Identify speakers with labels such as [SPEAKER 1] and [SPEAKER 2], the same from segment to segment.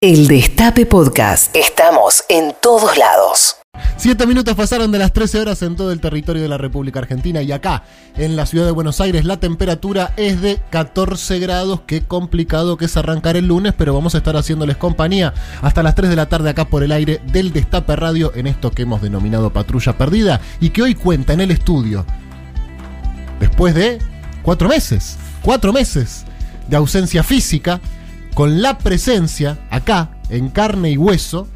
[SPEAKER 1] El Destape Podcast. Estamos en todos lados.
[SPEAKER 2] Siete minutos pasaron de las 13 horas en todo el territorio de la República Argentina y acá, en la ciudad de Buenos Aires, la temperatura es de 14 grados. Qué complicado que es arrancar el lunes, pero vamos a estar haciéndoles compañía hasta las 3 de la tarde acá por el aire del Destape Radio en esto que hemos denominado Patrulla Perdida y que hoy cuenta en el estudio. Después de cuatro meses, cuatro meses de ausencia física, con la presencia acá, en carne y hueso,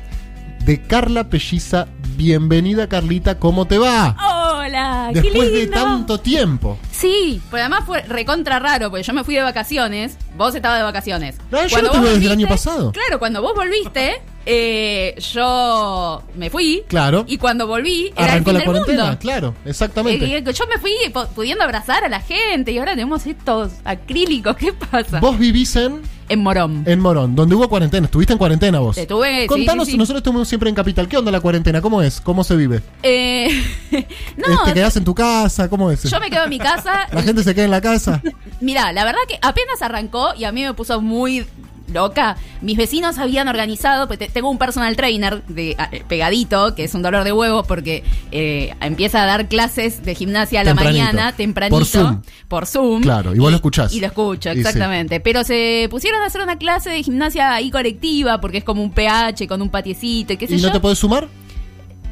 [SPEAKER 2] de Carla Pelliza. Bienvenida Carlita, ¿cómo te va?
[SPEAKER 3] Hola, qué
[SPEAKER 2] Después
[SPEAKER 3] lindo.
[SPEAKER 2] de tanto tiempo.
[SPEAKER 3] Sí, pero además fue recontra raro, porque yo me fui de vacaciones, vos estabas de vacaciones.
[SPEAKER 2] No, yo no te veo desde el año pasado.
[SPEAKER 3] Claro, cuando vos volviste, eh, yo me fui.
[SPEAKER 2] Claro.
[SPEAKER 3] Y cuando volví, era
[SPEAKER 2] Arrancó
[SPEAKER 3] el fin
[SPEAKER 2] la
[SPEAKER 3] del
[SPEAKER 2] cuarentena,
[SPEAKER 3] mundo.
[SPEAKER 2] claro, exactamente.
[SPEAKER 3] Eh, yo me fui po- pudiendo abrazar a la gente y ahora tenemos estos acrílicos, ¿qué pasa?
[SPEAKER 2] Vos vivís en,
[SPEAKER 3] En Morón.
[SPEAKER 2] en Morón, donde hubo cuarentena, estuviste en cuarentena vos.
[SPEAKER 3] Estuve, sí,
[SPEAKER 2] Contanos,
[SPEAKER 3] sí, sí.
[SPEAKER 2] nosotros estuvimos siempre en Capital, ¿qué onda la cuarentena? ¿Cómo es? ¿Cómo se vive?
[SPEAKER 3] Eh,
[SPEAKER 2] Eh,
[SPEAKER 3] no,
[SPEAKER 2] ¿Te quedás en tu casa? ¿Cómo es?
[SPEAKER 3] yo me quedo en mi casa.
[SPEAKER 2] ¿La gente se queda en la casa?
[SPEAKER 3] Mira, la verdad que apenas arrancó y a mí me puso muy loca. Mis vecinos habían organizado, pues te- tengo un personal trainer de a- eh, pegadito, que es un dolor de huevo porque eh, empieza a dar clases de gimnasia a la
[SPEAKER 2] Tempranito.
[SPEAKER 3] mañana, tempranito,
[SPEAKER 2] Por Zoom.
[SPEAKER 3] por Zoom.
[SPEAKER 2] Claro, y vos lo escuchás.
[SPEAKER 3] Y lo escucho,
[SPEAKER 2] Y sí.
[SPEAKER 3] exactamente. Pero se pusieron a hacer una clase de gimnasia ahí colectiva porque es como un PH con un patiecito y qué sé
[SPEAKER 2] ¿Y
[SPEAKER 3] yo.
[SPEAKER 2] no te podés sumar?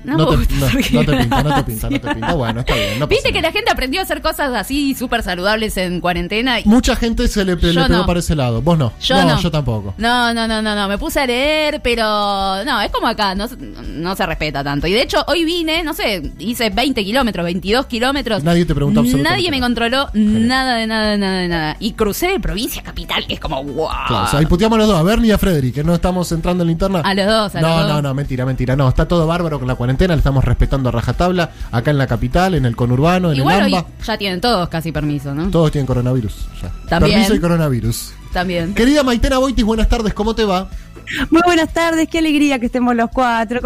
[SPEAKER 3] No
[SPEAKER 2] te,
[SPEAKER 3] me gusta
[SPEAKER 2] no,
[SPEAKER 3] hacer
[SPEAKER 2] no te pinta, no te
[SPEAKER 3] gimnasia.
[SPEAKER 2] pinta, no te pinta. Bueno, está bien. No pasa
[SPEAKER 3] Viste que
[SPEAKER 2] nada.
[SPEAKER 3] la gente aprendió a hacer cosas así súper saludables en cuarentena y
[SPEAKER 2] Mucha gente se le, le
[SPEAKER 3] Eh, Yo
[SPEAKER 2] pegó
[SPEAKER 3] no.
[SPEAKER 2] para ese lado. Vos no.
[SPEAKER 3] Yo
[SPEAKER 2] no,
[SPEAKER 3] no,
[SPEAKER 2] yo tampoco.
[SPEAKER 3] No, no, no, no, no. Me puse a leer, pero no, es como acá, no, se- no se respeta tanto. Y de hecho, hoy vine, no sé, hice 20 kilómetros, 22 kilómetros.
[SPEAKER 2] Nadie te preguntó absolutamente
[SPEAKER 3] Nadie me
[SPEAKER 2] nada.
[SPEAKER 3] controló nada de nada, de nada, de nada. Y crucé de provincia a capital, que es como, wow.
[SPEAKER 2] Claro, o sea, ahí puteamos a los dos, a Bernie y a Frederick, que no estamos entrando en la interna.
[SPEAKER 3] A los dos, a
[SPEAKER 2] no,
[SPEAKER 3] los dos.
[SPEAKER 2] no, no, mentira, mentira. No, está todo bárbaro con la cuarentena, le estamos respetando a rajatabla, acá en la capital, en el conurbano, en
[SPEAKER 3] y bueno,
[SPEAKER 2] el
[SPEAKER 3] y
[SPEAKER 2] AMBA.
[SPEAKER 3] ya tienen todos casi permiso, ¿no?
[SPEAKER 2] Todos tienen coronavirus. ya.
[SPEAKER 3] También.
[SPEAKER 2] Permiso y coronavirus.
[SPEAKER 3] También.
[SPEAKER 2] Querida Maitena Boitis, buenas tardes, ¿cómo te va?
[SPEAKER 4] Muy buenas tardes, qué alegría que estemos los cuatro,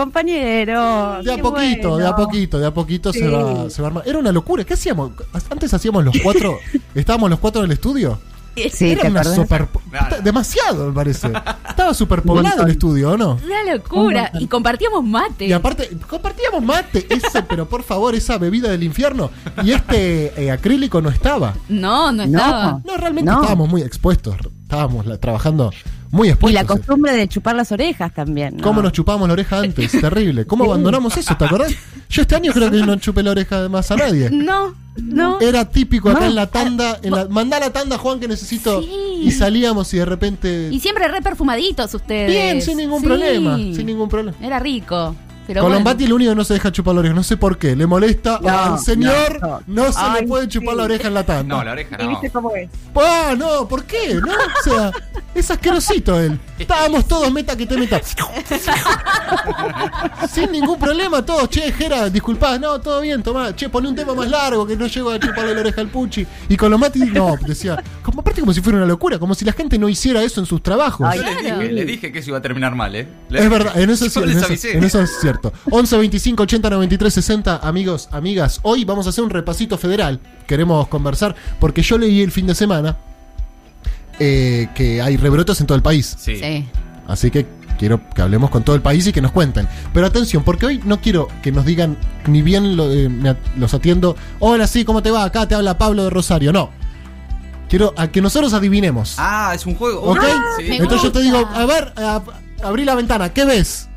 [SPEAKER 4] compañeros.
[SPEAKER 2] De a
[SPEAKER 4] Qué
[SPEAKER 2] poquito,
[SPEAKER 4] bueno.
[SPEAKER 2] de a poquito, de a poquito se
[SPEAKER 4] Sí.
[SPEAKER 2] va, se va a armar. Era una locura, ¿qué hacíamos? Antes hacíamos los cuatro, estábamos los cuatro en el estudio.
[SPEAKER 4] Sí,
[SPEAKER 2] Era
[SPEAKER 4] ¿te
[SPEAKER 2] una
[SPEAKER 4] acordás?
[SPEAKER 2] super- está- Demasiado, me parece. Estaba superpoblado el
[SPEAKER 4] Montón.
[SPEAKER 2] estudio, ¿o no?
[SPEAKER 3] Una locura. Y compartíamos mate.
[SPEAKER 2] Y aparte, compartíamos mate, ese, pero por favor, esa bebida del infierno. Y este eh, acrílico no estaba.
[SPEAKER 3] No, no
[SPEAKER 4] No.
[SPEAKER 3] estaba.
[SPEAKER 2] No, realmente
[SPEAKER 4] No.
[SPEAKER 2] estábamos muy expuestos. Estábamos la- trabajando muy
[SPEAKER 4] Y
[SPEAKER 2] expuestos.
[SPEAKER 4] la costumbre de chupar las orejas también. ¿no?
[SPEAKER 2] ¿Cómo nos chupábamos la oreja antes? Terrible. ¿Cómo abandonamos eso? ¿Te acordás? Yo este año creo que no chupé la oreja más a nadie.
[SPEAKER 3] No, no.
[SPEAKER 2] Era típico acá
[SPEAKER 4] No. Ah,
[SPEAKER 2] en la tanda. En la, mandá la tanda, Juan, que necesito.
[SPEAKER 3] Sí.
[SPEAKER 2] Y salíamos y de repente.
[SPEAKER 3] Y siempre re perfumaditos ustedes.
[SPEAKER 2] Bien, sin ningún
[SPEAKER 3] Sí.
[SPEAKER 2] problema. Sin ningún problema.
[SPEAKER 3] Era rico. Pero
[SPEAKER 2] Colombati
[SPEAKER 3] bueno.
[SPEAKER 2] el único que no se deja chupar la oreja, no sé por qué, le molesta
[SPEAKER 4] No,
[SPEAKER 2] al señor, no,
[SPEAKER 4] no,
[SPEAKER 2] se
[SPEAKER 4] Ay,
[SPEAKER 2] le puede chupar
[SPEAKER 4] sí.
[SPEAKER 2] la oreja en la tanda.
[SPEAKER 5] No, la oreja
[SPEAKER 4] ¿Y
[SPEAKER 5] no.
[SPEAKER 4] viste cómo es?
[SPEAKER 2] Ah, no, ¿por qué? No, o sea, es asquerosito él. Estábamos todos meta que te meta. Sin ningún problema, todos, che, Jera, disculpá, no, todo bien, tomá, che, poné un tema más largo que no llego a chuparle la oreja al Puchi. Y Colombati, no, decía, como, aparte como si fuera una locura, como si la gente no hiciera eso en sus trabajos.
[SPEAKER 4] Ay,
[SPEAKER 5] Yo les
[SPEAKER 3] Claro.
[SPEAKER 5] dije, les dije que eso iba a terminar mal, ¿eh? Les-
[SPEAKER 2] Es verdad, en eso, sí,
[SPEAKER 5] Yo
[SPEAKER 2] en,
[SPEAKER 5] les
[SPEAKER 2] eso,
[SPEAKER 5] avisé.
[SPEAKER 2] en eso es cierto. 11 25 80 93 60, amigos, amigas. Hoy vamos a hacer un repasito federal. Queremos conversar porque yo leí el fin de semana eh, que hay rebrotos en todo el país.
[SPEAKER 5] Sí.
[SPEAKER 3] Sí.
[SPEAKER 2] Así que quiero que hablemos con todo el país y que nos cuenten. Pero atención, porque hoy no quiero que nos digan ni bien lo- eh, me at- los atiendo. Hola, sí, ¿cómo te va? Acá te habla Pablo de Rosario. No. Quiero a que nosotros adivinemos.
[SPEAKER 5] Ah, es un juego.
[SPEAKER 2] ¿Ok?
[SPEAKER 5] Sí.
[SPEAKER 3] Ah, me
[SPEAKER 2] Entonces yo te
[SPEAKER 3] gusta.
[SPEAKER 2] digo, a ver, ab- abrí la ventana, ¿qué ves?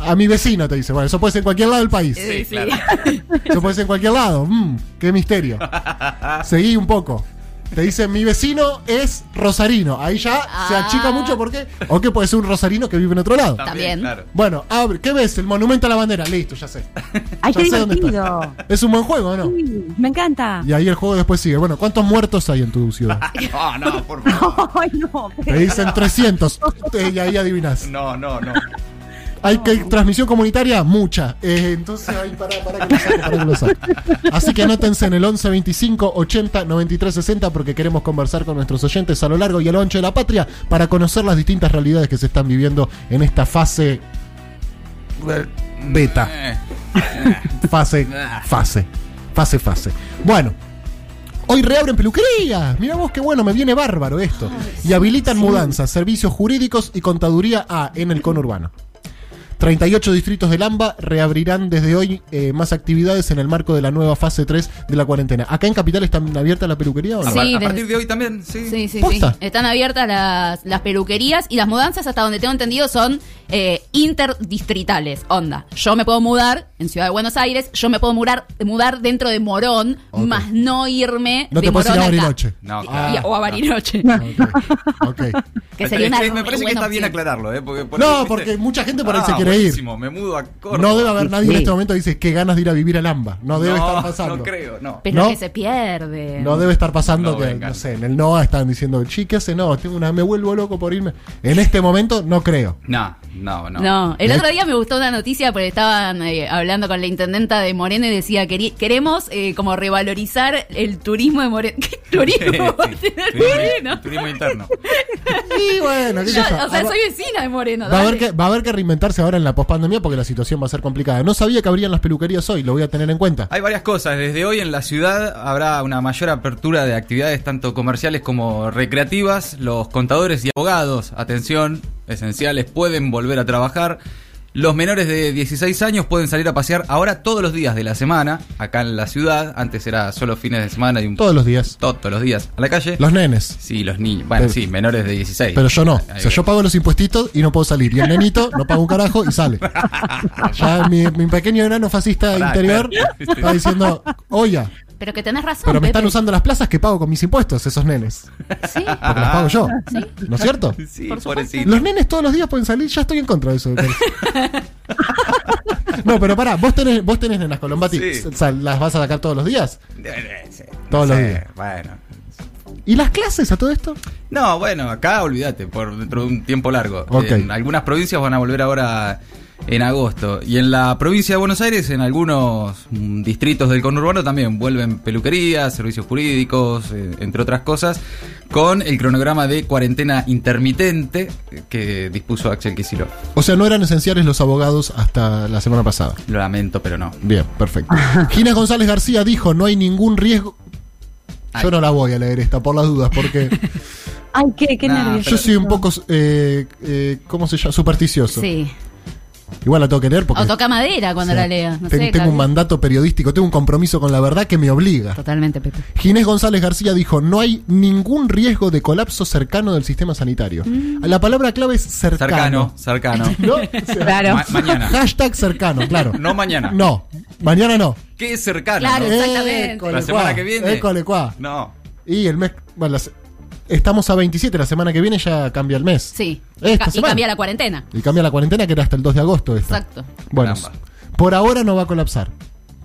[SPEAKER 2] A mi vecino te dice, bueno, eso puede ser en cualquier lado del país.
[SPEAKER 5] Sí,
[SPEAKER 3] Sí,
[SPEAKER 5] claro.
[SPEAKER 2] Eso puede ser en cualquier lado. Mm, qué misterio. Seguí un poco. Te dice, mi vecino es rosarino. Ahí ya se achica
[SPEAKER 3] Ah.
[SPEAKER 2] mucho porque. O que puede ser un rosarino que vive en otro lado.
[SPEAKER 3] También.
[SPEAKER 5] Claro.
[SPEAKER 2] Bueno, abre, ¿qué ves? El monumento a la bandera. Listo, ya sé.
[SPEAKER 4] Ay, qué
[SPEAKER 2] Ya sé dónde está.
[SPEAKER 4] divertido.
[SPEAKER 2] Es un buen juego, ¿o ¿no?
[SPEAKER 4] Sí, Me encanta.
[SPEAKER 2] Y ahí el juego después sigue. Bueno, ¿cuántos muertos hay en tu ciudad?
[SPEAKER 5] No, Ah, no, por favor.
[SPEAKER 4] Ay, no.
[SPEAKER 2] Te dicen 300. Y ahí adivinas.
[SPEAKER 5] No, no, no.
[SPEAKER 2] Hay que transmisión comunitaria, mucha. Eh, entonces, ay, pará, pará que lo saco, pará que lo saco. Así que anótense en el 11 25 80 93 60 porque queremos conversar con nuestros oyentes a lo largo y a lo ancho de la patria para conocer las distintas realidades que se están viviendo en esta fase. Beta.
[SPEAKER 5] Eh,
[SPEAKER 2] Fase, fase, fase, fase. Bueno, Hoy reabren peluquería. Mira vos qué bueno, me viene bárbaro esto. Y habilitan mudanzas, servicios jurídicos y contaduría A en el conurbano. 38 distritos del AMBA reabrirán desde hoy eh, más actividades en el marco de la nueva fase 3 de la cuarentena. Acá en Capital está abierta la peluquería o no?
[SPEAKER 5] A, par-
[SPEAKER 3] Sí,
[SPEAKER 5] a
[SPEAKER 3] desde-
[SPEAKER 5] partir de hoy también, sí.
[SPEAKER 3] Sí, sí, sí.
[SPEAKER 2] Posta.
[SPEAKER 3] Están abiertas las, las peluquerías y las mudanzas, hasta donde tengo entendido, son eh, interdistritales. Onda, yo me puedo mudar en Ciudad de Buenos Aires, yo me puedo mudar, mudar dentro de Morón,
[SPEAKER 2] Ok.
[SPEAKER 3] más no irme
[SPEAKER 2] No
[SPEAKER 3] de
[SPEAKER 2] te
[SPEAKER 3] Morón
[SPEAKER 2] puedes ir a
[SPEAKER 3] acá.
[SPEAKER 2] Bariloche.
[SPEAKER 5] No,
[SPEAKER 3] Y-
[SPEAKER 5] claro.
[SPEAKER 3] y- o a Bariloche.
[SPEAKER 2] Ok, ok.
[SPEAKER 3] Que sería una
[SPEAKER 5] Es que me parece que
[SPEAKER 3] buena
[SPEAKER 5] está
[SPEAKER 3] opción.
[SPEAKER 5] bien aclararlo, ¿eh? Porque, Ah,
[SPEAKER 2] No, porque mucha gente por ahí se quiere ir.
[SPEAKER 5] buenísimo, Me mudo a Córdoba.
[SPEAKER 2] No debe haber nadie en
[SPEAKER 1] Sí.
[SPEAKER 2] este momento que dice qué ganas de ir a vivir al AMBA. No debe
[SPEAKER 5] No,
[SPEAKER 2] estar pasando.
[SPEAKER 5] No creo, no.
[SPEAKER 3] Pero
[SPEAKER 2] ¿No?
[SPEAKER 3] que se pierde.
[SPEAKER 2] No debe estar pasando
[SPEAKER 5] No,
[SPEAKER 2] que,
[SPEAKER 5] vengan.
[SPEAKER 2] no sé, en el NOA están diciendo, chi, ¿qué hace? No, tengo una, me vuelvo loco por irme. En este momento no creo.
[SPEAKER 5] No, no, no.
[SPEAKER 3] No, el
[SPEAKER 2] ¿Eh?
[SPEAKER 3] otro día me gustó una noticia porque estaban eh, hablando con la intendenta de Moreno y decía, "Queri- queremos eh, como revalorizar el turismo de Moreno. ¿Qué turismo? va a tener Moreno?
[SPEAKER 5] turismo, turismo interno.
[SPEAKER 2] Y bueno, ¿qué
[SPEAKER 3] Yo,
[SPEAKER 2] sé yo?
[SPEAKER 3] o sea,
[SPEAKER 2] Ah,
[SPEAKER 3] soy vecina de Moreno.
[SPEAKER 2] Va a,
[SPEAKER 3] dale.
[SPEAKER 2] haber que, va a haber que reinventarse ahora en la pospandemia porque la situación va a ser complicada. No sabía que abrían las peluquerías hoy, lo voy a tener en cuenta.
[SPEAKER 5] Hay varias cosas. Desde hoy en la ciudad habrá una mayor apertura de actividades tanto comerciales como recreativas. Los contadores y abogados, atención, esenciales, pueden volver a trabajar. Los menores de 16 años pueden salir a pasear ahora todos los días de la semana, acá en la ciudad. Antes era solo fines de semana y un
[SPEAKER 2] Todos los días.
[SPEAKER 5] to- todos los días a la calle.
[SPEAKER 2] Los nenes.
[SPEAKER 5] Sí, los niños. Bueno,
[SPEAKER 2] Pero-
[SPEAKER 5] sí, menores de 16.
[SPEAKER 2] Pero yo no.
[SPEAKER 5] Ahí
[SPEAKER 2] O sea, yo
[SPEAKER 5] va.
[SPEAKER 2] pago los impuestitos y no puedo salir. Y el nenito no paga un carajo y sale. Ya mi, mi pequeño enano fascista
[SPEAKER 5] Pará,
[SPEAKER 2] interior
[SPEAKER 5] claro.
[SPEAKER 2] está diciendo, oya,
[SPEAKER 3] Pero que tenés razón.
[SPEAKER 2] pero me están
[SPEAKER 3] Pepe.
[SPEAKER 2] usando las plazas que pago con mis impuestos esos nenes.
[SPEAKER 3] Sí. Ah,
[SPEAKER 2] Porque las pago yo. ¿No es cierto?
[SPEAKER 5] Sí,
[SPEAKER 3] Por supuesto.
[SPEAKER 5] pobrecito.
[SPEAKER 2] Los nenes todos los días pueden salir, ya estoy en contra de eso. me parece. No, pero pará, vos tenés, vos tenés nenas Colombati,
[SPEAKER 5] Sí.
[SPEAKER 2] o sea, ¿las vas a sacar todos los días? Todos
[SPEAKER 5] No
[SPEAKER 2] los
[SPEAKER 5] sé,
[SPEAKER 2] días.
[SPEAKER 5] Bueno.
[SPEAKER 2] ¿Y las clases a todo esto?
[SPEAKER 5] No, bueno, acá olvídate, por dentro de un tiempo largo.
[SPEAKER 2] Ok.
[SPEAKER 5] En algunas provincias van a volver ahora en agosto. Y en la provincia de Buenos Aires, en algunos mm, distritos del conurbano también vuelven peluquerías, servicios jurídicos, eh, entre otras cosas, con el cronograma de cuarentena intermitente que dispuso Axel Kicillof.
[SPEAKER 2] O sea, no eran esenciales los abogados hasta la semana pasada.
[SPEAKER 5] Lo lamento, pero no.
[SPEAKER 2] Bien, perfecto. Gina González García dijo, no hay ningún riesgo... Yo
[SPEAKER 5] Ay.
[SPEAKER 2] no la voy a leer esta, por las dudas, porque
[SPEAKER 4] Ay, qué, qué
[SPEAKER 5] Nah,
[SPEAKER 4] nervios.
[SPEAKER 2] yo soy un poco, eh, eh, ¿cómo se llama? Supersticioso.
[SPEAKER 3] Sí.
[SPEAKER 2] Igual la tengo que leer porque...
[SPEAKER 3] O toca madera cuando
[SPEAKER 2] o sea,
[SPEAKER 3] la lea. No
[SPEAKER 2] ten-
[SPEAKER 3] sé,
[SPEAKER 2] tengo
[SPEAKER 3] Gaby.
[SPEAKER 2] un mandato periodístico, tengo un compromiso con la verdad que me obliga.
[SPEAKER 3] Totalmente, Pepe.
[SPEAKER 2] Ginés González García dijo, no hay ningún riesgo de colapso cercano del sistema sanitario.
[SPEAKER 3] Mm.
[SPEAKER 2] La palabra clave es cercano.
[SPEAKER 5] Cercano, cercano.
[SPEAKER 2] ¿No? O sea,
[SPEAKER 4] Claro.
[SPEAKER 5] Ma- mañana.
[SPEAKER 2] Hashtag cercano, claro.
[SPEAKER 5] No mañana.
[SPEAKER 2] No, mañana no.
[SPEAKER 5] ¿Qué es cercano?
[SPEAKER 3] Claro,
[SPEAKER 5] no?
[SPEAKER 3] Exactamente.
[SPEAKER 2] École
[SPEAKER 5] La semana
[SPEAKER 2] cuá,
[SPEAKER 5] que viene.
[SPEAKER 2] école cuá.
[SPEAKER 5] No.
[SPEAKER 2] Y el mes... bueno, la se- estamos a 27, la semana que viene ya cambia el mes.
[SPEAKER 3] Sí. Y,
[SPEAKER 2] Esta
[SPEAKER 3] ca- y
[SPEAKER 2] semana.
[SPEAKER 3] cambia la cuarentena.
[SPEAKER 2] Y cambia la cuarentena que era hasta el 2 de agosto. Esta.
[SPEAKER 3] Exacto.
[SPEAKER 2] Bueno,
[SPEAKER 5] Caramba.
[SPEAKER 2] por ahora no va a colapsar.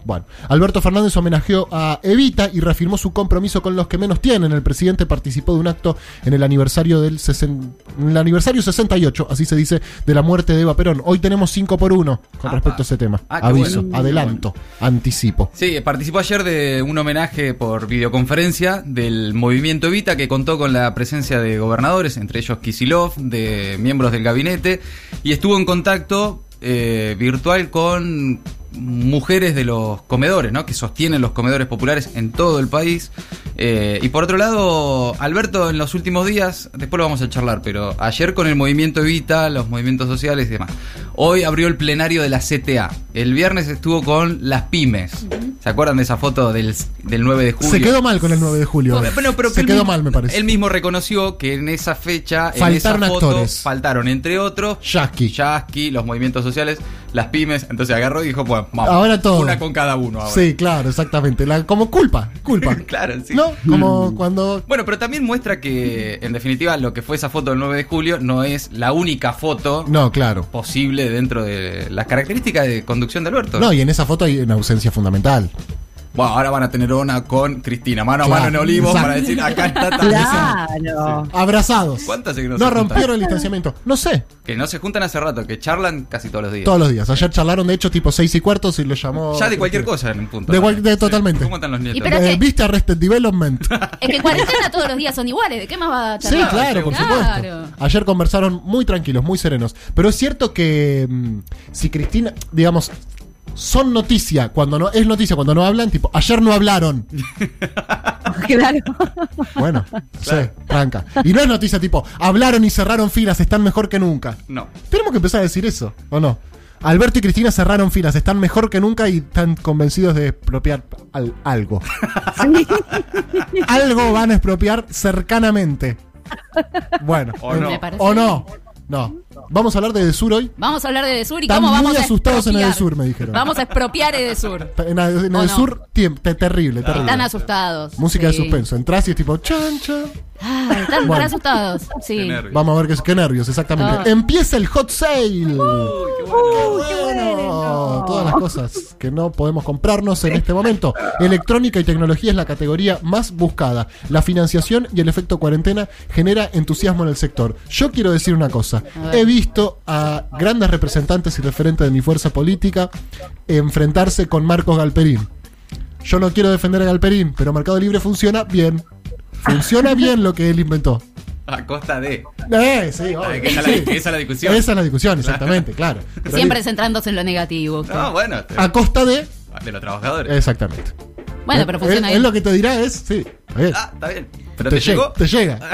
[SPEAKER 2] Bueno, Alberto Fernández homenajeó a Evita y reafirmó su compromiso con los que menos tienen. El presidente participó de un acto en el aniversario del sesen- en el aniversario 68, así se dice, de la muerte de Eva Perón. Hoy tenemos 5 por 1 con
[SPEAKER 5] Ah,
[SPEAKER 2] respecto a ese tema.
[SPEAKER 5] ah, qué
[SPEAKER 2] Aviso,
[SPEAKER 5] bueno.
[SPEAKER 2] adelanto, anticipo.
[SPEAKER 5] Sí, participó ayer de un homenaje por videoconferencia del movimiento Evita que contó con la presencia de gobernadores, entre ellos Kisilov, de miembros del gabinete, y estuvo en contacto eh, virtual con mujeres de los comedores, ¿no? Que sostienen los comedores populares en todo el país. Eh, y por otro lado, Alberto, en los últimos días, después lo vamos a charlar, pero ayer con el movimiento Evita, los movimientos sociales y demás. Hoy abrió el plenario de la CTA. El viernes estuvo con las pymes. ¿Se acuerdan de esa foto del, del 9 de julio?
[SPEAKER 2] Se quedó mal con el 9 de julio. ¿eh?
[SPEAKER 5] Bueno, pero que
[SPEAKER 2] se
[SPEAKER 5] él
[SPEAKER 2] quedó
[SPEAKER 5] mismo-
[SPEAKER 2] mal, me parece.
[SPEAKER 5] Él mismo reconoció que en esa fecha, en esa
[SPEAKER 2] Faltaron
[SPEAKER 5] foto,
[SPEAKER 2] actores.
[SPEAKER 5] faltaron, entre otros,
[SPEAKER 2] Yasky.
[SPEAKER 5] Yasky, los movimientos sociales, las pymes. Entonces agarró y dijo, pues, vamos,
[SPEAKER 2] Ahora todo.
[SPEAKER 5] una con cada uno ahora.
[SPEAKER 2] Sí, claro, exactamente. La- como culpa, culpa.
[SPEAKER 5] Claro, sí.
[SPEAKER 2] ¿No? Como cuando
[SPEAKER 5] Bueno, pero también muestra que, en definitiva, lo que fue esa foto del 9 de julio no es la única foto
[SPEAKER 2] No, claro.
[SPEAKER 5] posible dentro de las características de conducción de Alberto.
[SPEAKER 2] No, y en esa foto hay una ausencia fundamental.
[SPEAKER 5] Bueno, ahora van a tener una con Cristina, mano a
[SPEAKER 2] Claro,
[SPEAKER 5] mano en Olivos,
[SPEAKER 2] exacto.
[SPEAKER 5] para decir, acá está también.
[SPEAKER 4] Claro.
[SPEAKER 2] Abrazados.
[SPEAKER 5] ¿Cuántas se-
[SPEAKER 2] no
[SPEAKER 5] no se
[SPEAKER 2] rompieron
[SPEAKER 5] juntaron?
[SPEAKER 2] el distanciamiento? No sé.
[SPEAKER 5] Que no se juntan hace rato, que charlan casi todos los días.
[SPEAKER 2] Todos los días. Ayer charlaron, de hecho, tipo seis y cuartos y lo llamó.
[SPEAKER 5] Ya de cualquier cosa en un punto.
[SPEAKER 2] De cual- de-
[SPEAKER 5] Sí.
[SPEAKER 2] totalmente.
[SPEAKER 5] ¿Cómo están los nietos?
[SPEAKER 3] Y pero-
[SPEAKER 2] Eh,
[SPEAKER 3] que-
[SPEAKER 2] ¿Viste Arrested Development?
[SPEAKER 3] Es que en cuarentena todos los días son iguales. ¿De qué más va a
[SPEAKER 2] sí,
[SPEAKER 3] charlar?
[SPEAKER 2] claro, por
[SPEAKER 3] Claro.
[SPEAKER 2] supuesto. Ayer conversaron muy tranquilos, muy serenos. Pero es cierto que mm, si Cristina, digamos, son noticia cuando no. Es noticia cuando no hablan, tipo, ayer no hablaron.
[SPEAKER 4] claro.
[SPEAKER 2] Bueno, sí, tranca. Y no es noticia tipo, hablaron y cerraron filas, están mejor que nunca.
[SPEAKER 5] No.
[SPEAKER 2] Tenemos que empezar a decir eso, ¿o no? Alberto y Cristina cerraron filas, están mejor que nunca y están convencidos de expropiar al- algo.
[SPEAKER 4] Sí.
[SPEAKER 2] Algo van a expropiar cercanamente. Bueno,
[SPEAKER 5] O no.
[SPEAKER 3] Me parece
[SPEAKER 2] o no. No. Vamos a hablar de Edesur hoy.
[SPEAKER 3] Vamos a hablar de Edesur y
[SPEAKER 2] Están
[SPEAKER 3] cómo
[SPEAKER 2] muy
[SPEAKER 3] vamos a
[SPEAKER 2] asustados en
[SPEAKER 3] expropiar.
[SPEAKER 2] Edesur, me dijeron.
[SPEAKER 3] Vamos a expropiar Edesur.
[SPEAKER 2] En, en
[SPEAKER 3] ¿O no?
[SPEAKER 2] Edesur, tiem- te- terrible, terrible.
[SPEAKER 3] Están asustados.
[SPEAKER 2] Ah. Música
[SPEAKER 3] sí.
[SPEAKER 2] de suspenso. Entras y es tipo, chan, chan.
[SPEAKER 3] Ay, están
[SPEAKER 2] Bueno.
[SPEAKER 3] asustados.
[SPEAKER 5] Qué
[SPEAKER 3] Sí.
[SPEAKER 5] nervios.
[SPEAKER 2] Vamos a ver qué, qué nervios, exactamente.
[SPEAKER 3] Ah.
[SPEAKER 2] Empieza el hot sale.
[SPEAKER 5] Uy, qué bueno.
[SPEAKER 4] Uy, qué bueno.
[SPEAKER 2] Todas las cosas que no podemos comprarnos en este momento. Electrónica y tecnología es la categoría más buscada. La financiación y el efecto cuarentena genera entusiasmo en el sector. Yo quiero decir una cosa. He visto a grandes representantes y referentes de mi fuerza política enfrentarse con Marcos Galperín. Yo no quiero defender a Galperín, pero Mercado Libre funciona bien. Funciona bien lo que él inventó.
[SPEAKER 5] A costa de.
[SPEAKER 2] Eh, sí,
[SPEAKER 5] Ah,
[SPEAKER 2] obvio.
[SPEAKER 5] que Esa es la- esa es la discusión.
[SPEAKER 2] Esa es la discusión, exactamente, claro. Pero
[SPEAKER 3] Siempre
[SPEAKER 2] ahí-
[SPEAKER 3] centrándose en lo negativo. usted.
[SPEAKER 5] No, bueno. ah,
[SPEAKER 2] A costa de.
[SPEAKER 5] De los trabajadores.
[SPEAKER 2] Eh. Exactamente.
[SPEAKER 3] Bueno, pero
[SPEAKER 2] Él-
[SPEAKER 3] funciona
[SPEAKER 2] él,
[SPEAKER 3] bien.
[SPEAKER 2] él lo que te dirá Eh, es. Sí, está bien.
[SPEAKER 5] Ah, está bien. Pero
[SPEAKER 2] te,
[SPEAKER 5] te,
[SPEAKER 2] llega,
[SPEAKER 5] llegó.
[SPEAKER 2] Te llega.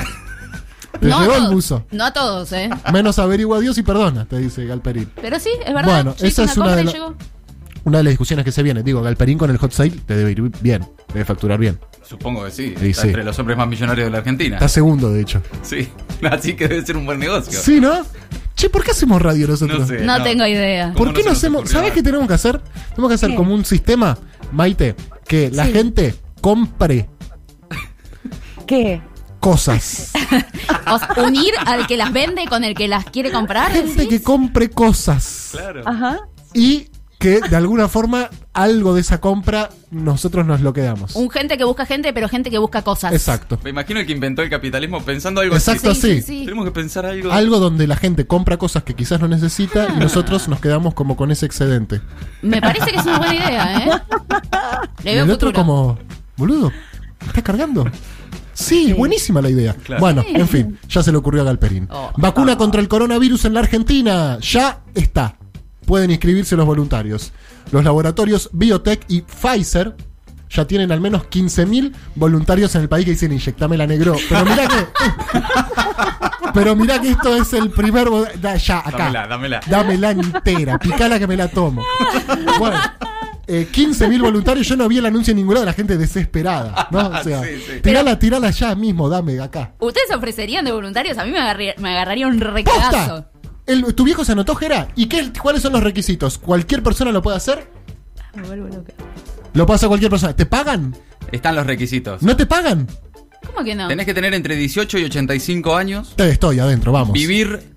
[SPEAKER 2] Te
[SPEAKER 3] no a
[SPEAKER 2] llegó el
[SPEAKER 3] todos,
[SPEAKER 2] buzo.
[SPEAKER 3] No a todos, ¿eh?
[SPEAKER 2] Menos averigua a Dios y perdona, te dice Galperín.
[SPEAKER 3] Pero sí, es verdad.
[SPEAKER 2] Bueno,
[SPEAKER 3] Yo
[SPEAKER 2] esa
[SPEAKER 3] hice
[SPEAKER 2] es una
[SPEAKER 3] compra
[SPEAKER 2] de
[SPEAKER 3] y
[SPEAKER 2] la-
[SPEAKER 3] llegó.
[SPEAKER 2] Una de las discusiones que se viene. Digo, Galperín con el hot sale te debe ir bien. Debe facturar bien.
[SPEAKER 5] Ah. Supongo que sí.
[SPEAKER 2] Sí,
[SPEAKER 5] Está
[SPEAKER 2] sí.
[SPEAKER 5] entre los hombres más millonarios de la Argentina.
[SPEAKER 2] Está segundo, de hecho.
[SPEAKER 5] Sí. Así que debe ser un buen negocio.
[SPEAKER 2] Sí, ¿no? Che, ¿por qué hacemos radio nosotros?
[SPEAKER 5] No sé.
[SPEAKER 3] Eh, No tengo idea.
[SPEAKER 5] ¿Cómo
[SPEAKER 2] ¿Por qué
[SPEAKER 5] no se
[SPEAKER 2] no
[SPEAKER 5] nos
[SPEAKER 2] hacemos?
[SPEAKER 5] ocurrió?
[SPEAKER 2] ¿Sabes qué tenemos que hacer? Tenemos que hacer
[SPEAKER 4] ¿Qué?
[SPEAKER 2] como un sistema, Maite, que la
[SPEAKER 4] Sí.
[SPEAKER 2] gente compre
[SPEAKER 4] ¿Qué?
[SPEAKER 2] cosas.
[SPEAKER 3] O sea, unir al que las vende con el que las quiere comprar.
[SPEAKER 2] gente
[SPEAKER 3] ¿sí?
[SPEAKER 2] que compre cosas.
[SPEAKER 5] Claro.
[SPEAKER 3] Ah.
[SPEAKER 4] Ajá.
[SPEAKER 2] Y que de alguna forma algo de esa compra nosotros nos lo quedamos.
[SPEAKER 3] Un gente que busca gente, pero gente que busca cosas.
[SPEAKER 2] Exacto.
[SPEAKER 5] Me imagino el que inventó el capitalismo pensando algo
[SPEAKER 2] Exacto
[SPEAKER 5] así.
[SPEAKER 2] así.
[SPEAKER 3] sí.
[SPEAKER 5] Tenemos que pensar algo.
[SPEAKER 2] Algo donde la gente compra cosas que quizás no necesita y nosotros nos quedamos como con ese excedente.
[SPEAKER 3] Me parece que es una buena idea, ¿eh?
[SPEAKER 2] Y
[SPEAKER 3] Le veo
[SPEAKER 2] el otro
[SPEAKER 3] futuro.
[SPEAKER 2] como, boludo, ¿me ¿estás cargando? Sí, buenísima la idea.
[SPEAKER 5] Claro.
[SPEAKER 2] Bueno, en fin, ya se le ocurrió a Galperín.
[SPEAKER 3] Oh.
[SPEAKER 2] Vacuna contra el coronavirus en la Argentina. Ya está. Pueden inscribirse los voluntarios. Los laboratorios Biotech y Pfizer ya tienen al menos 15.000 voluntarios en el país que dicen inyectame la negro. Pero mirá que. Pero mirá que esto es el primer. vo- da- ya, acá.
[SPEAKER 5] Dámela, dámela.
[SPEAKER 2] Dámela entera, picala que me la tomo. Bueno, eh, 15.000 voluntarios, yo no vi el anuncio en ningún lado, la gente desesperada, ¿no? O sea,
[SPEAKER 5] Sí, sí.
[SPEAKER 2] tirala, tirala ya mismo, dame acá.
[SPEAKER 3] ¿Ustedes ofrecerían de voluntarios? A mí me, agarri- me agarraría un recagazo.
[SPEAKER 2] ¡Posta! El- tu viejo se anotó, Gera. ¿Y qué, cuáles son los requisitos? ¿Cualquier persona lo puede hacer?
[SPEAKER 3] Me Ah, vuelvo loca.
[SPEAKER 2] Lo puede hacer cualquier persona. ¿Te pagan?
[SPEAKER 5] Están los requisitos.
[SPEAKER 2] ¿No te pagan?
[SPEAKER 3] ¿Cómo que no?
[SPEAKER 5] Tenés que tener entre 18 y 85 años,
[SPEAKER 2] Te estoy adentro, vamos.
[SPEAKER 5] vivir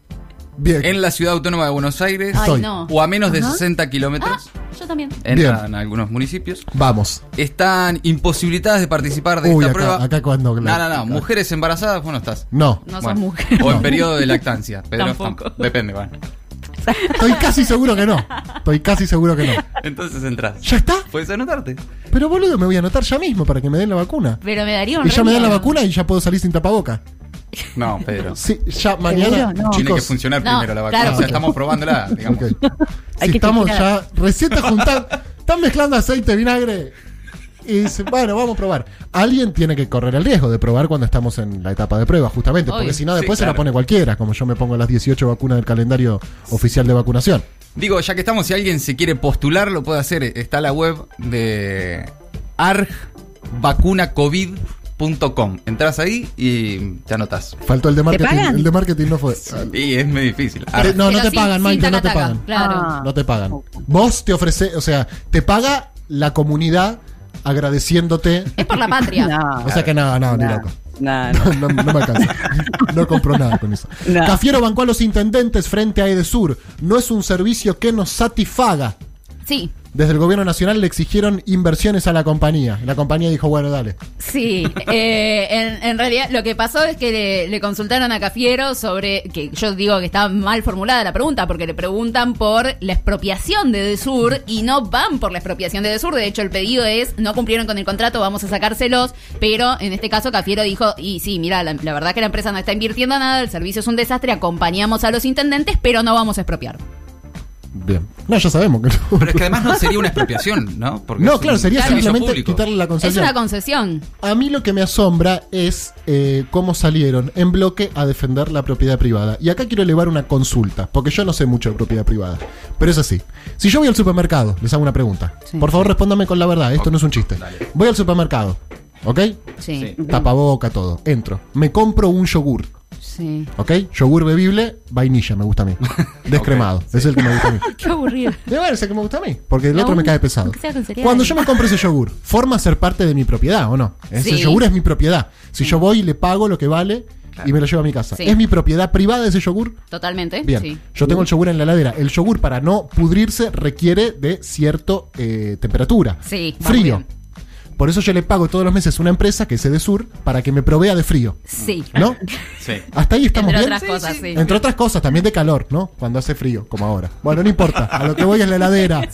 [SPEAKER 2] Bien.
[SPEAKER 5] en la ciudad autónoma de Buenos Aires
[SPEAKER 3] Ay,
[SPEAKER 2] Estoy.
[SPEAKER 3] no.
[SPEAKER 5] o a menos de 60 kilómetros.
[SPEAKER 3] Ah, Yo también.
[SPEAKER 5] Entran
[SPEAKER 2] Ah. Bien.
[SPEAKER 5] algunos municipios.
[SPEAKER 2] Vamos.
[SPEAKER 5] Están imposibilitadas de participar de
[SPEAKER 2] Uy,
[SPEAKER 5] esta
[SPEAKER 2] acá-
[SPEAKER 5] prueba.
[SPEAKER 2] acá cuando-
[SPEAKER 5] No, no, no.
[SPEAKER 2] acá.
[SPEAKER 5] Mujeres embarazadas, vos no estás.
[SPEAKER 2] No.
[SPEAKER 3] No
[SPEAKER 5] Bueno.
[SPEAKER 3] son mujeres.
[SPEAKER 5] O en periodo de lactancia. Pero
[SPEAKER 3] Tampoco.
[SPEAKER 5] tampoco. Depende, bueno.
[SPEAKER 2] Estoy casi seguro que no. Estoy casi seguro que no.
[SPEAKER 5] Entonces entras.
[SPEAKER 2] ¿Ya está?
[SPEAKER 5] Puedes anotarte.
[SPEAKER 2] Pero boludo, me voy a anotar ya mismo para que me den la vacuna.
[SPEAKER 3] Pero me daría un
[SPEAKER 2] Y ya me dan la
[SPEAKER 3] remiedo.
[SPEAKER 2] vacuna y ya puedo salir sin tapaboca.
[SPEAKER 5] No, Pedro.
[SPEAKER 2] Sí, ya mañana.
[SPEAKER 4] ¿Seguro? No.
[SPEAKER 5] Tiene que
[SPEAKER 2] Chicos,
[SPEAKER 5] funcionar
[SPEAKER 3] No,
[SPEAKER 5] primero la vacuna.
[SPEAKER 3] claro,
[SPEAKER 5] O sea,
[SPEAKER 3] porque-
[SPEAKER 5] estamos probándola, digamos.
[SPEAKER 2] ok.
[SPEAKER 4] Hay
[SPEAKER 2] Si
[SPEAKER 4] que
[SPEAKER 2] estamos
[SPEAKER 4] chequear.
[SPEAKER 2] ya recién te juntan- están mezclando aceite, vinagre. Y dice, bueno, vamos a probar. Alguien tiene que correr el riesgo de probar cuando estamos en la etapa de prueba, justamente, porque
[SPEAKER 3] Obvio.
[SPEAKER 2] si no,
[SPEAKER 5] Sí,
[SPEAKER 2] después se la
[SPEAKER 5] claro.
[SPEAKER 2] pone cualquiera, como yo me pongo las 18 vacunas del calendario oficial de vacunación.
[SPEAKER 5] Digo, ya que estamos, si alguien se quiere postular, lo puede hacer. Está la web de argvacunacovid.com. Entras ahí y te anotas.
[SPEAKER 2] Faltó el de marketing.
[SPEAKER 4] pagan?
[SPEAKER 2] El de marketing no fue.
[SPEAKER 5] Y es muy difícil.
[SPEAKER 2] Eh, no, no
[SPEAKER 3] Pero
[SPEAKER 2] te
[SPEAKER 3] sin-
[SPEAKER 2] pagan,
[SPEAKER 3] sin
[SPEAKER 2] Maite, no te
[SPEAKER 3] tacataca,
[SPEAKER 2] pagan.
[SPEAKER 3] Claro.
[SPEAKER 4] Ah.
[SPEAKER 2] No te pagan. Vos te ofrece, o sea, te paga la comunidad agradeciéndote.
[SPEAKER 3] Es por la patria.
[SPEAKER 4] Ah,
[SPEAKER 2] O sea que nada, nada, ni loco.
[SPEAKER 4] no, no.
[SPEAKER 2] No, no, no me alcanza. No compro nada con eso.
[SPEAKER 4] No.
[SPEAKER 2] Cafiero bancó a los intendentes frente a Edesur. No es un servicio que nos satisfaga.
[SPEAKER 3] Sí,
[SPEAKER 2] Desde el gobierno nacional le exigieron inversiones a la compañía. La compañía dijo, bueno, dale.
[SPEAKER 3] sí. Eh, en, en realidad, lo que pasó es que le, le consultaron a Cafiero sobre, que yo digo que está mal formulada la pregunta, porque le preguntan por la expropiación de Desur y no van por la expropiación de Desur. De hecho, el pedido es, no cumplieron con el contrato, vamos a sacárselos. Pero en este caso, Cafiero dijo, y sí, mira, la, la verdad que la empresa no está invirtiendo nada, el servicio es un desastre, acompañamos a los intendentes, pero no vamos a expropiar.
[SPEAKER 2] Bien. No, ya sabemos que no.
[SPEAKER 5] Pero es que además no sería una expropiación, ¿no? Porque es
[SPEAKER 2] no,
[SPEAKER 5] un
[SPEAKER 2] claro, sería
[SPEAKER 5] servicio
[SPEAKER 2] simplemente
[SPEAKER 5] público.
[SPEAKER 2] quitarle la
[SPEAKER 3] Es
[SPEAKER 2] concesión.
[SPEAKER 3] una concesión.
[SPEAKER 2] A mí lo que me asombra es eh, cómo salieron en bloque a defender la propiedad privada. Y acá quiero elevar una consulta, porque yo no sé mucho de propiedad privada. Pero es así. Si yo voy al supermercado, les hago una pregunta.
[SPEAKER 3] Sí.
[SPEAKER 2] Por favor, respóndame con la verdad, esto no es un chiste.
[SPEAKER 5] Dale.
[SPEAKER 2] Voy al supermercado, ¿ok?
[SPEAKER 3] Sí,
[SPEAKER 2] Tapaboca, todo. Entro. Me compro un yogur,
[SPEAKER 3] sí.
[SPEAKER 2] ¿ok? Yogur bebible, vainilla, me gusta a mí. Descremado, es el que me gusta a mí.
[SPEAKER 3] Qué aburrido.
[SPEAKER 2] Debe ver, ese que me gusta a mí, porque el
[SPEAKER 3] No,
[SPEAKER 2] otro me cae pesado.
[SPEAKER 3] aunque sea con cereal.
[SPEAKER 2] Cuando yo me compro ese yogur, ¿forma ser parte de mi propiedad o no? Ese
[SPEAKER 3] Sí. Mm.
[SPEAKER 2] yogur es mi propiedad. Si yo voy y le pago lo que vale y me lo llevo a mi casa,
[SPEAKER 3] Sí.
[SPEAKER 2] ¿es mi propiedad privada ese yogur?
[SPEAKER 3] Totalmente.
[SPEAKER 2] Bien,
[SPEAKER 3] Sí.
[SPEAKER 2] yo tengo el yogur en la heladera. El yogur, para no pudrirse, requiere de cierta temperatura.
[SPEAKER 3] Sí, va muy
[SPEAKER 2] Frío.
[SPEAKER 3] bien.
[SPEAKER 2] Por eso yo le pago todos los meses a una empresa que es de Sur para que me provea de frío.
[SPEAKER 3] Sí.
[SPEAKER 2] ¿No?
[SPEAKER 5] Sí.
[SPEAKER 2] Hasta ahí estamos
[SPEAKER 3] Entre
[SPEAKER 2] bien.
[SPEAKER 3] otras cosas, sí.
[SPEAKER 2] Entre otras cosas, también de calor, ¿no? Cuando hace frío, como ahora. Bueno, no importa. A lo que voy es la heladera.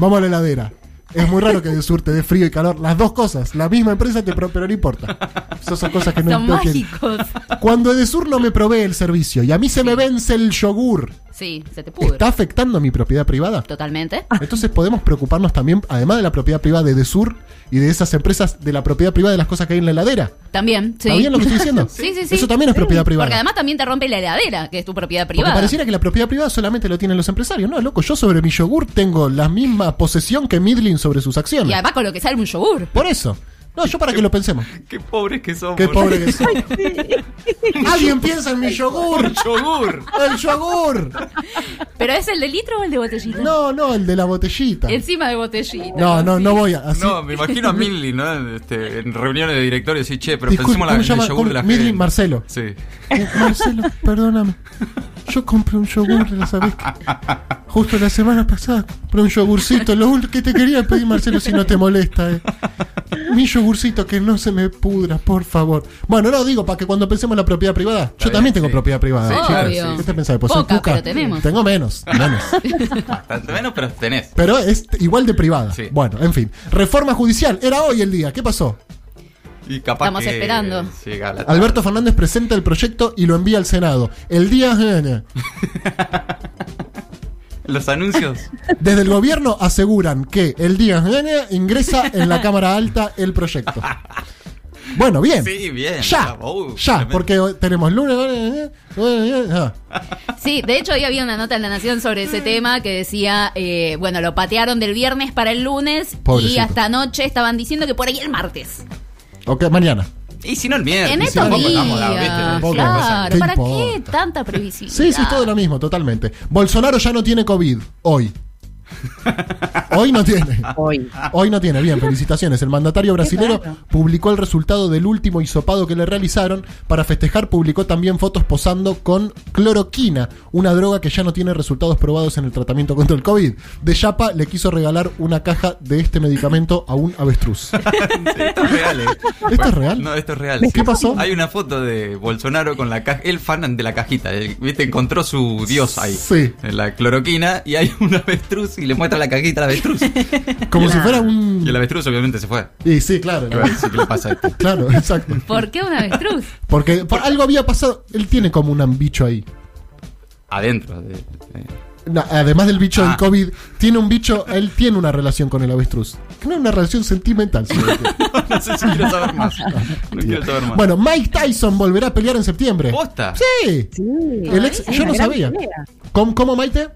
[SPEAKER 2] Vamos a la heladera. Es muy raro que de sur te dé frío y calor. Las dos cosas. La misma empresa te pro- pero no importa. Esas son cosas que no
[SPEAKER 3] Son
[SPEAKER 2] importan.
[SPEAKER 3] mágicos.
[SPEAKER 2] Cuando Edesur no me provee el servicio y a mí se me vence el yogur,
[SPEAKER 3] Sí, se te pudre.
[SPEAKER 2] ¿está afectando mi propiedad privada?
[SPEAKER 3] Totalmente.
[SPEAKER 2] Entonces podemos preocuparnos también, además de la propiedad privada de Edesur y de esas empresas, de la propiedad privada de las cosas que hay en la heladera.
[SPEAKER 3] También, sí.
[SPEAKER 2] ¿Está bien lo que estoy diciendo?
[SPEAKER 3] Sí, sí, sí.
[SPEAKER 2] Eso también es propiedad privada.
[SPEAKER 3] Porque además también te rompe la heladera, que es tu propiedad
[SPEAKER 2] Porque
[SPEAKER 3] privada.
[SPEAKER 2] pareciera que la propiedad privada solamente lo tienen los empresarios. No, loco, yo sobre mi yogur tengo la misma posesión que Midlin sobre sus
[SPEAKER 3] Y
[SPEAKER 2] acciones.
[SPEAKER 3] además con lo que sale un yogur.
[SPEAKER 2] Por eso. No, yo para que lo pensemos.
[SPEAKER 5] Qué pobres que somos.
[SPEAKER 2] Qué pobre que soy. Alguien piensa en mi yogur.
[SPEAKER 5] Yogur.
[SPEAKER 2] El yogur.
[SPEAKER 3] ¿Pero es el de litro o el de botellita?
[SPEAKER 2] No, no, el de la botellita.
[SPEAKER 3] Encima de botellita.
[SPEAKER 2] No, no, no voy a. Así.
[SPEAKER 5] No, me imagino a Midley, ¿no? Este, en reuniones de directorio, sí, che, pero
[SPEAKER 2] Disculpe,
[SPEAKER 5] pensemos la,
[SPEAKER 2] ¿cómo llama?
[SPEAKER 5] el yogur de la
[SPEAKER 2] ¿Cómo? Midley,
[SPEAKER 5] gente.
[SPEAKER 2] Marcelo.
[SPEAKER 5] Sí.
[SPEAKER 2] Eh, Marcelo, perdóname. Yo compré un yogur, ¿lo sabés? Justo la semana pasada compré un yogurcito. Lo único que te quería pedir, Marcelo, si no te molesta, eh. Mi yogurcito, que no se me pudra, por favor. Bueno, no, digo, para que cuando pensemos en la propiedad privada, yo
[SPEAKER 5] bien,
[SPEAKER 2] también tengo
[SPEAKER 5] sí.
[SPEAKER 2] propiedad privada.
[SPEAKER 5] Sí,
[SPEAKER 2] chicos.
[SPEAKER 5] claro, sí.
[SPEAKER 2] ¿Qué te pensás? Pues soy
[SPEAKER 3] Poca,
[SPEAKER 2] cuca.
[SPEAKER 3] pero tenemos.
[SPEAKER 2] Tengo menos, menos.
[SPEAKER 5] Bastante menos, pero tenés.
[SPEAKER 2] Pero es igual de privada.
[SPEAKER 5] Sí.
[SPEAKER 2] Bueno, en fin. Reforma judicial. Era hoy el día. ¿Qué pasó?
[SPEAKER 5] Y capaz
[SPEAKER 3] Estamos
[SPEAKER 5] que
[SPEAKER 3] esperando.
[SPEAKER 5] llega la tarde.
[SPEAKER 2] Alberto Fernández presenta el proyecto y lo envía al Senado. El día...
[SPEAKER 5] Los anuncios.
[SPEAKER 2] Desde el gobierno aseguran que el día N ingresa en la Cámara Alta el proyecto. Bueno, bien.
[SPEAKER 5] Sí, bien.
[SPEAKER 2] Ya,
[SPEAKER 5] Uh,
[SPEAKER 2] ya,
[SPEAKER 5] tremendo.
[SPEAKER 2] porque hoy tenemos lunes. eh, eh, eh, eh, ah.
[SPEAKER 3] Sí, de hecho hoy había una nota en La Nación sobre ese tema que decía, eh, bueno, lo patearon del viernes para el lunes y
[SPEAKER 2] Pobrecito.
[SPEAKER 3] hasta anoche estaban diciendo que por ahí el martes.
[SPEAKER 2] Ok, mañana.
[SPEAKER 5] Y si no el miércoles.
[SPEAKER 3] en
[SPEAKER 5] y si
[SPEAKER 3] estos
[SPEAKER 5] tampoco
[SPEAKER 3] días.
[SPEAKER 5] estamos, ¿viste?
[SPEAKER 2] Tampoco,
[SPEAKER 3] claro,
[SPEAKER 2] ¿qué
[SPEAKER 3] ¿para qué
[SPEAKER 2] importa?
[SPEAKER 3] tanta previsibilidad?
[SPEAKER 2] Sí, sí, es todo lo mismo, totalmente. Bolsonaro ya no tiene COVID hoy. Hoy no tiene.
[SPEAKER 4] Hoy.
[SPEAKER 2] Hoy no tiene, bien, felicitaciones. El mandatario brasilero
[SPEAKER 4] raro.
[SPEAKER 2] publicó el resultado del último hisopado que le realizaron. Para festejar, publicó también fotos posando con cloroquina, una droga que ya no tiene resultados probados en el tratamiento contra el COVID. De Chapa le quiso regalar una caja de este medicamento a un avestruz.
[SPEAKER 5] Sí, esto es real, eh.
[SPEAKER 2] ¿Esto es real?
[SPEAKER 5] No, esto es real.
[SPEAKER 2] ¿Qué pasó?
[SPEAKER 5] Hay una foto de Bolsonaro con la caja. El fan de la cajita. el- ¿Viste? Encontró su dios ahí.
[SPEAKER 2] Sí.
[SPEAKER 5] En la cloroquina. Y hay un avestruz y le muestra la cajita al avestruz.
[SPEAKER 2] Como si fuera
[SPEAKER 5] Y el
[SPEAKER 2] un.
[SPEAKER 5] avestruz obviamente se fue.
[SPEAKER 2] Y sí, claro.
[SPEAKER 5] Bueno, sí, ¿Qué le pasa a este?
[SPEAKER 2] Claro, exacto.
[SPEAKER 3] ¿Por qué un avestruz?
[SPEAKER 2] Porque por- algo había pasado. Él tiene como un ambicho ahí.
[SPEAKER 5] Adentro. de- de-
[SPEAKER 2] No, además del bicho del
[SPEAKER 5] Ah.
[SPEAKER 2] COVID, tiene un bicho, él tiene una relación con el avestruz. Que no es una relación sentimental. sino que-
[SPEAKER 5] No sé si quiero saber más. No quiero saber más.
[SPEAKER 2] bueno, Mike Tyson volverá a pelear en septiembre.
[SPEAKER 5] ¿Posta?
[SPEAKER 2] Sí.
[SPEAKER 4] Sí.
[SPEAKER 2] El ex- yo
[SPEAKER 4] Una
[SPEAKER 2] no
[SPEAKER 4] gran
[SPEAKER 2] sabía.
[SPEAKER 4] pelea.
[SPEAKER 2] ¿Cómo, cómo, Maite?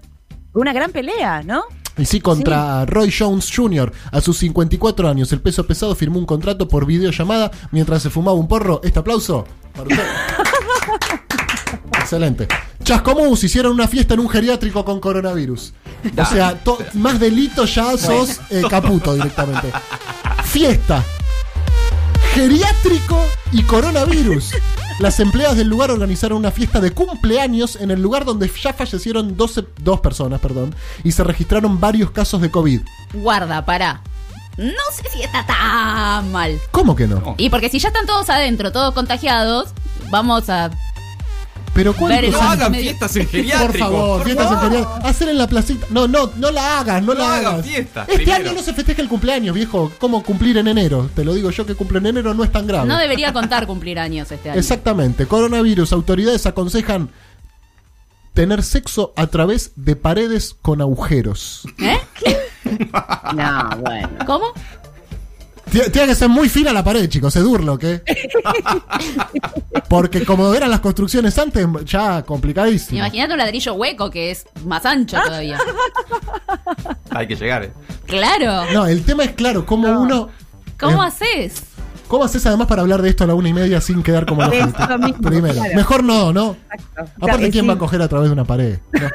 [SPEAKER 4] Una gran pelea, ¿no?
[SPEAKER 2] Y sí, contra Roy Jones Jr. A sus 54 años, el peso pesado firmó un contrato por videollamada mientras se fumaba un porro. Este aplauso. para usted. Excelente. Chascomús hicieron una fiesta en un geriátrico con coronavirus. O sea, to- más delito ya sos eh, caputo directamente. Fiesta. Geriátrico y coronavirus. Las empleadas del lugar organizaron una fiesta de cumpleaños en el lugar donde ya fallecieron 12, dos personas perdón, y se registraron varios casos de COVID.
[SPEAKER 3] Guarda, pará. No sé si está tan mal.
[SPEAKER 2] ¿Cómo que no?
[SPEAKER 5] No.
[SPEAKER 3] Y porque si ya están todos adentro, todos contagiados, vamos a...
[SPEAKER 2] Pero
[SPEAKER 3] Ver
[SPEAKER 2] ¿cuántos
[SPEAKER 3] el-
[SPEAKER 5] No
[SPEAKER 2] han-
[SPEAKER 5] hagan fiestas en geriátrico.
[SPEAKER 2] Por favor, fiestas en geriátrico. Hacer en la placita. No, no, no la hagas, no,
[SPEAKER 5] No
[SPEAKER 2] la
[SPEAKER 5] hagas
[SPEAKER 2] hagas.
[SPEAKER 5] fiesta,
[SPEAKER 2] este
[SPEAKER 5] primero.
[SPEAKER 2] año no se festeja el cumpleaños, viejo. ¿Cómo cumplir en enero? Te lo digo yo que cumplo en enero no es tan grave.
[SPEAKER 3] No debería contar cumplir años este año.
[SPEAKER 2] Exactamente. Coronavirus, autoridades aconsejan tener sexo a través de paredes con agujeros.
[SPEAKER 3] ¿Eh?
[SPEAKER 6] No, bueno.
[SPEAKER 3] ¿Cómo?
[SPEAKER 2] Tie- Tiene que ser muy fina la pared, chicos, es durlo, ¿qué? Porque como eran las construcciones antes, ya complicadísimo.
[SPEAKER 3] Imagínate un ladrillo hueco que es más ancho todavía.
[SPEAKER 5] Hay que llegar, ¿eh?
[SPEAKER 3] Claro.
[SPEAKER 2] No, el tema es claro, cómo uno.
[SPEAKER 3] ¿Cómo
[SPEAKER 2] eh,
[SPEAKER 3] haces?
[SPEAKER 2] ¿Cómo haces además para hablar de esto a la una y media sin quedar como la
[SPEAKER 4] Eso
[SPEAKER 2] gente?
[SPEAKER 4] mismo,
[SPEAKER 2] Primero.
[SPEAKER 4] claro.
[SPEAKER 2] Mejor no, ¿no?
[SPEAKER 4] Exacto.
[SPEAKER 2] Aparte,
[SPEAKER 4] Eh,
[SPEAKER 2] ¿quién
[SPEAKER 4] sí.
[SPEAKER 2] va a coger a través de una pared? No.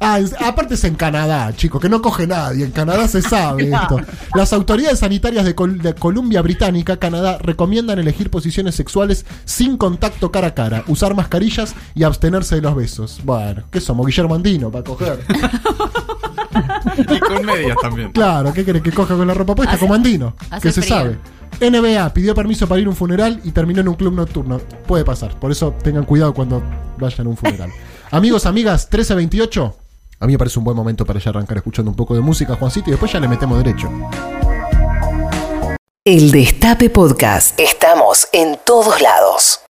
[SPEAKER 2] Ah, es- aparte es en Canadá, chicos, que no coge nadie. En Canadá se sabe esto. Las autoridades sanitarias de, Col- de Columbia Británica, Canadá, recomiendan elegir posiciones sexuales sin contacto cara a cara, usar mascarillas y abstenerse de los besos. Bueno, ¿qué somos? Guillermo Andino para coger.
[SPEAKER 5] Y con medias también.
[SPEAKER 2] Claro, ¿qué querés que coja con la ropa puesta? Como Andino,
[SPEAKER 3] hace
[SPEAKER 2] que se
[SPEAKER 3] frío.
[SPEAKER 2] sabe. NBA pidió permiso para ir a un funeral y terminó en un club nocturno. Puede pasar, por eso tengan cuidado cuando vayan a un funeral. Amigos, amigas, 1328. A mí me parece un buen momento para ya arrancar escuchando un poco de música, Juancito, y después ya le metemos derecho.
[SPEAKER 1] El Destape Podcast. Estamos en todos lados.